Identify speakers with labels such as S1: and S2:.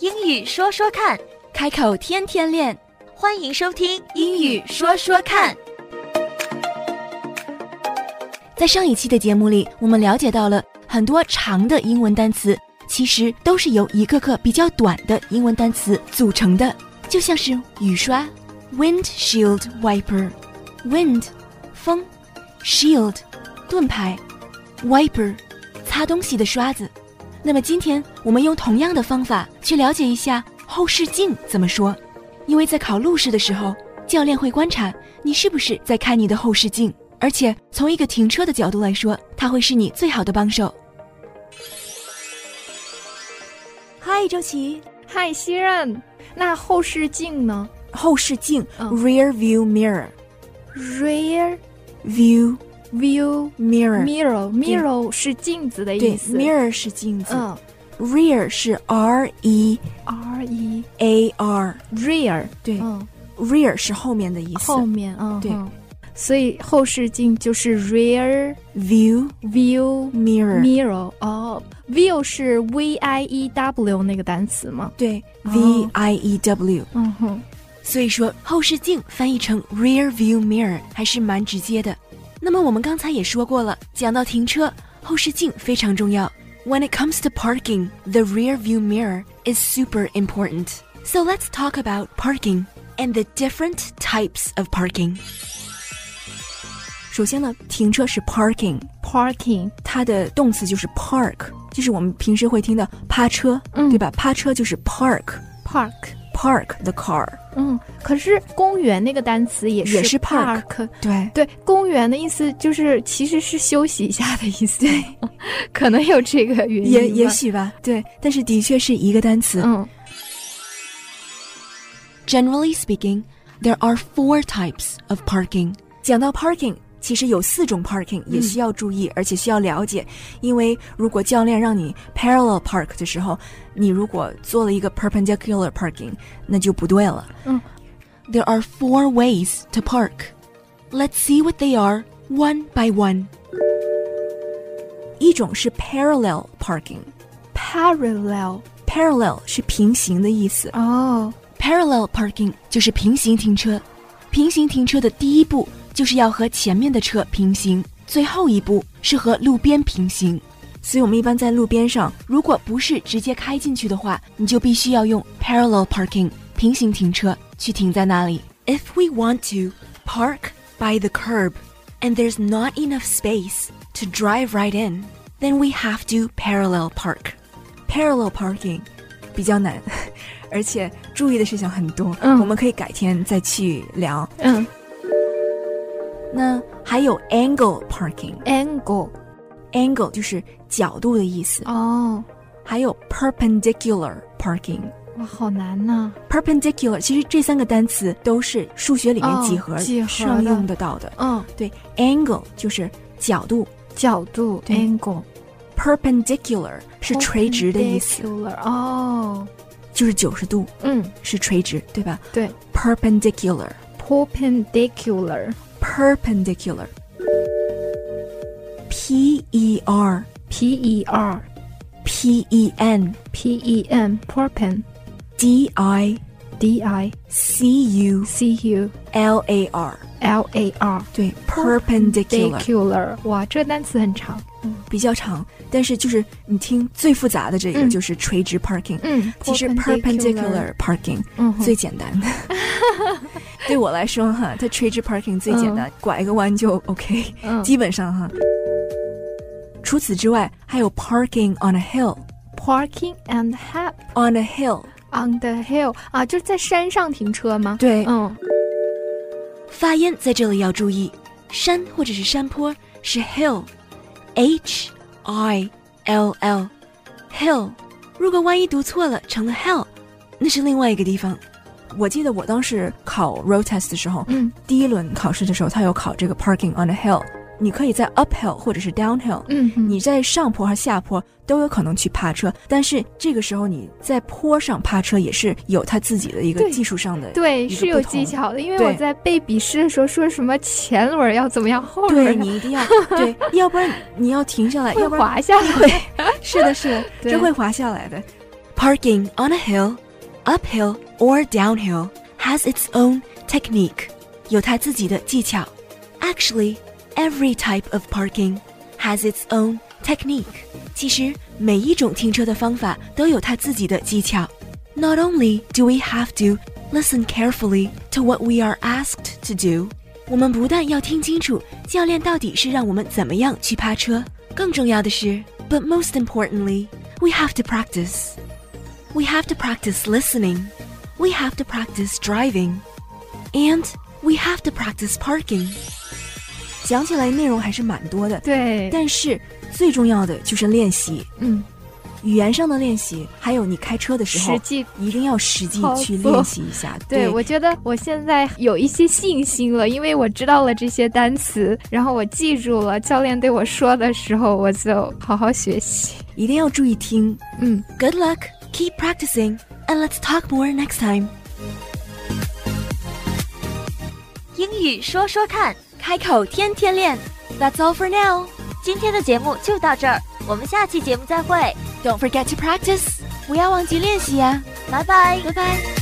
S1: 英语说说看，
S2: 开口天天练，
S1: 欢迎收听
S2: 英语说说看。在上一期的节目里，我们了解到了很多长的英文单词，其实都是由一个个比较短的英文单词组成的，就像是雨刷 （windshield wiper）、wind 风、shield 盾牌、wiper 擦东西的刷子。那么今天我们用同样的方法去了解一下后视镜怎么说，因为在考路试的时候，教练会观察你是不是在看你的后视镜。而且从一个停车的角度来说，它会是你最好的帮手。嗨，周琦，
S3: 嗨，西任，那后视镜呢
S2: 后视镜、
S3: 嗯
S2: （rear view mirror），view
S3: ？Rear view
S2: mirror，,
S3: mirror mirror 是镜子的
S2: 对
S3: 意思。
S2: ，mirror 是镜子、
S3: 嗯
S2: r e a r 是 r e
S3: ，R E
S2: a r，
S3: rear
S2: 对、
S3: 嗯
S2: r e a r 是后面的意思。
S3: 后面嗯
S2: 对
S3: 嗯所以后视镜就是 rear
S2: view
S3: view
S2: mirror，
S3: mirror 哦，view 是 V I E W 那个单词吗？
S2: 对、
S3: 哦
S2: v i e w。
S3: 嗯哼，
S2: 所以说，后视镜翻译成 rear view mirror 还是蛮直接的。那么我们刚才也说过了，讲到停车，后视镜非常重要。When it comes to parking, the rear view mirror is super important. So let's talk about parking and the different types of parking. 首先呢，停车是 parking，
S3: parking
S2: 它的动词就是 park，就是我们平时会听的趴车，
S3: 嗯
S2: 对吧？趴车就是 park，park
S3: park。
S2: the car，
S3: 嗯，可是公园那个单词也
S2: 也是 park
S3: park，
S2: 对。
S3: 对，公园的意思就是其实是休息一下的意思， 可能有这个原因吧。
S2: 也也许吧，对，但是的确是一个单词。
S3: 嗯
S2: Generally speaking, there are four types of parking. 讲到 parking，其实有四种 parking
S3: 嗯
S2: 也需要注意，而且需要了解，因为如果教练让你 parallel park 的时候，你如果做了一个 perpendicular parking，那就不对了。
S3: 嗯
S2: ，There are four ways to park. Let's see what they are one by one. 一种是 parallel parking。
S3: ，parallel
S2: Parallel 是平行的意思
S3: 哦，
S2: ，parallel parking 就是平行停车。平行停车的第一步就是要和前面的车平行，最后一步是和路边平行。所以我们一般在路边上，如果不是直接开进去的话，你就必须要用 parallel parking 平行停车去停在那里。If we want to park by the curb and there's not enough space to drive right in, then we have to parallel park. Parallel parking 比较难， 而且注意的事项很多。
S3: 嗯
S2: 我们可以改天再去聊。
S3: 嗯
S2: 那还有 angle parking。
S3: ，angle
S2: angle 就是角度的意思，
S3: 哦，
S2: 还有 perpendicular parking。
S3: 哇，好难呐、
S2: perpendicular 其实这三个单词都是数学里面
S3: 哦
S2: 几何
S3: 几何
S2: 上
S3: 的
S2: 用得到的。
S3: 嗯，
S2: 对，angle 就是角度
S3: 角度
S2: 对
S3: angle
S2: ，perpendicular 是垂直的意思，
S3: perpendicular，哦，
S2: 就是九十度
S3: 嗯，
S2: 是垂直，对吧？
S3: 对
S2: ，perpendicular
S3: ，perpendicular
S2: perpendicular p e r
S3: p e r
S2: p e n
S3: p e n perpen
S2: d i
S3: d i
S2: c u
S3: c u
S2: l a r
S3: l a r
S2: 对，perpendicular
S3: perpendicular，哇，这个单词很长，
S2: 比较长，但是就是你听最复杂的这个
S3: 嗯
S2: 就是垂直 parking，
S3: 嗯，
S2: 其实
S3: perpendicular，
S2: perpendicular parking
S3: 嗯哼，
S2: 最简 单。对我来说哈，它垂直 parking 最简单，拐个弯就 OK，
S3: 嗯
S2: 基本上哈。除此之外，还有 parking on a hill。
S3: parking and help
S2: On a hill，
S3: on the hill 啊，就是在山上停车吗？
S2: 对
S3: 嗯
S2: 发音在这里要注意，山或者是山坡是 hill，h i l l hill。如果万一读错了成了 hell，那是另外一个地方。我记得我当时考 road test 的时候，
S3: 嗯
S2: 第一轮考试的时候，他有考这个 parking on a hill。你可以在 uphill 或者是 downhill，
S3: 嗯哼，
S2: 你在上坡和下坡都有可能去趴车，但是这个时候你在坡上趴车也是有它自己的一个
S3: 对
S2: 技术上的
S3: 对
S2: 一个
S3: 是有
S2: 不同
S3: 技巧的，因为
S2: 对
S3: 我在背笔试的时候说什么前轮要怎么样，后
S2: 对
S3: 轮要
S2: 你一定 要对，要不然你要停下来，
S3: 会
S2: 要不然
S3: 滑下来。
S2: 是的，是的，
S3: 对
S2: 这会滑下来的。 Parking on a hill, uphill or downhill has its own technique，有它自己的技巧。Actually, every type of parking has its own technique。其实每一种停车的方法都有它自己的技巧。Not only do we have to listen carefully to what we are asked to do，我们不但要听清楚教练到底是让我们怎么样去趴车，更重要的是，But most importantly, we have to practice。We have to practice listening. We have to practice driving. And we have to practice parking. 讲起来内容还是蛮多的，
S3: 对，
S2: 但是最重要的就是练习，
S3: 嗯，
S2: 语言上的练习，还有你开车的时候
S3: 实，际
S2: 一定要实际
S3: 操
S2: 去
S3: 作
S2: 练习一下。
S3: 对，我觉得我现在有一些信心了，因为我知道了这些单词，然后我记住了教练对我说的时候，我就好好学习。
S2: 一定要注意听。
S3: 嗯，
S2: Good luck, keep practicing, and let's talk more next time.
S1: 英语说说看。
S2: 开口天天练。That's all for now.
S1: 今天的节目就到这儿，我们下期节目再会，
S2: Don't forget to practice. 不要忘记练习呀、
S1: 拜拜。
S2: 拜拜。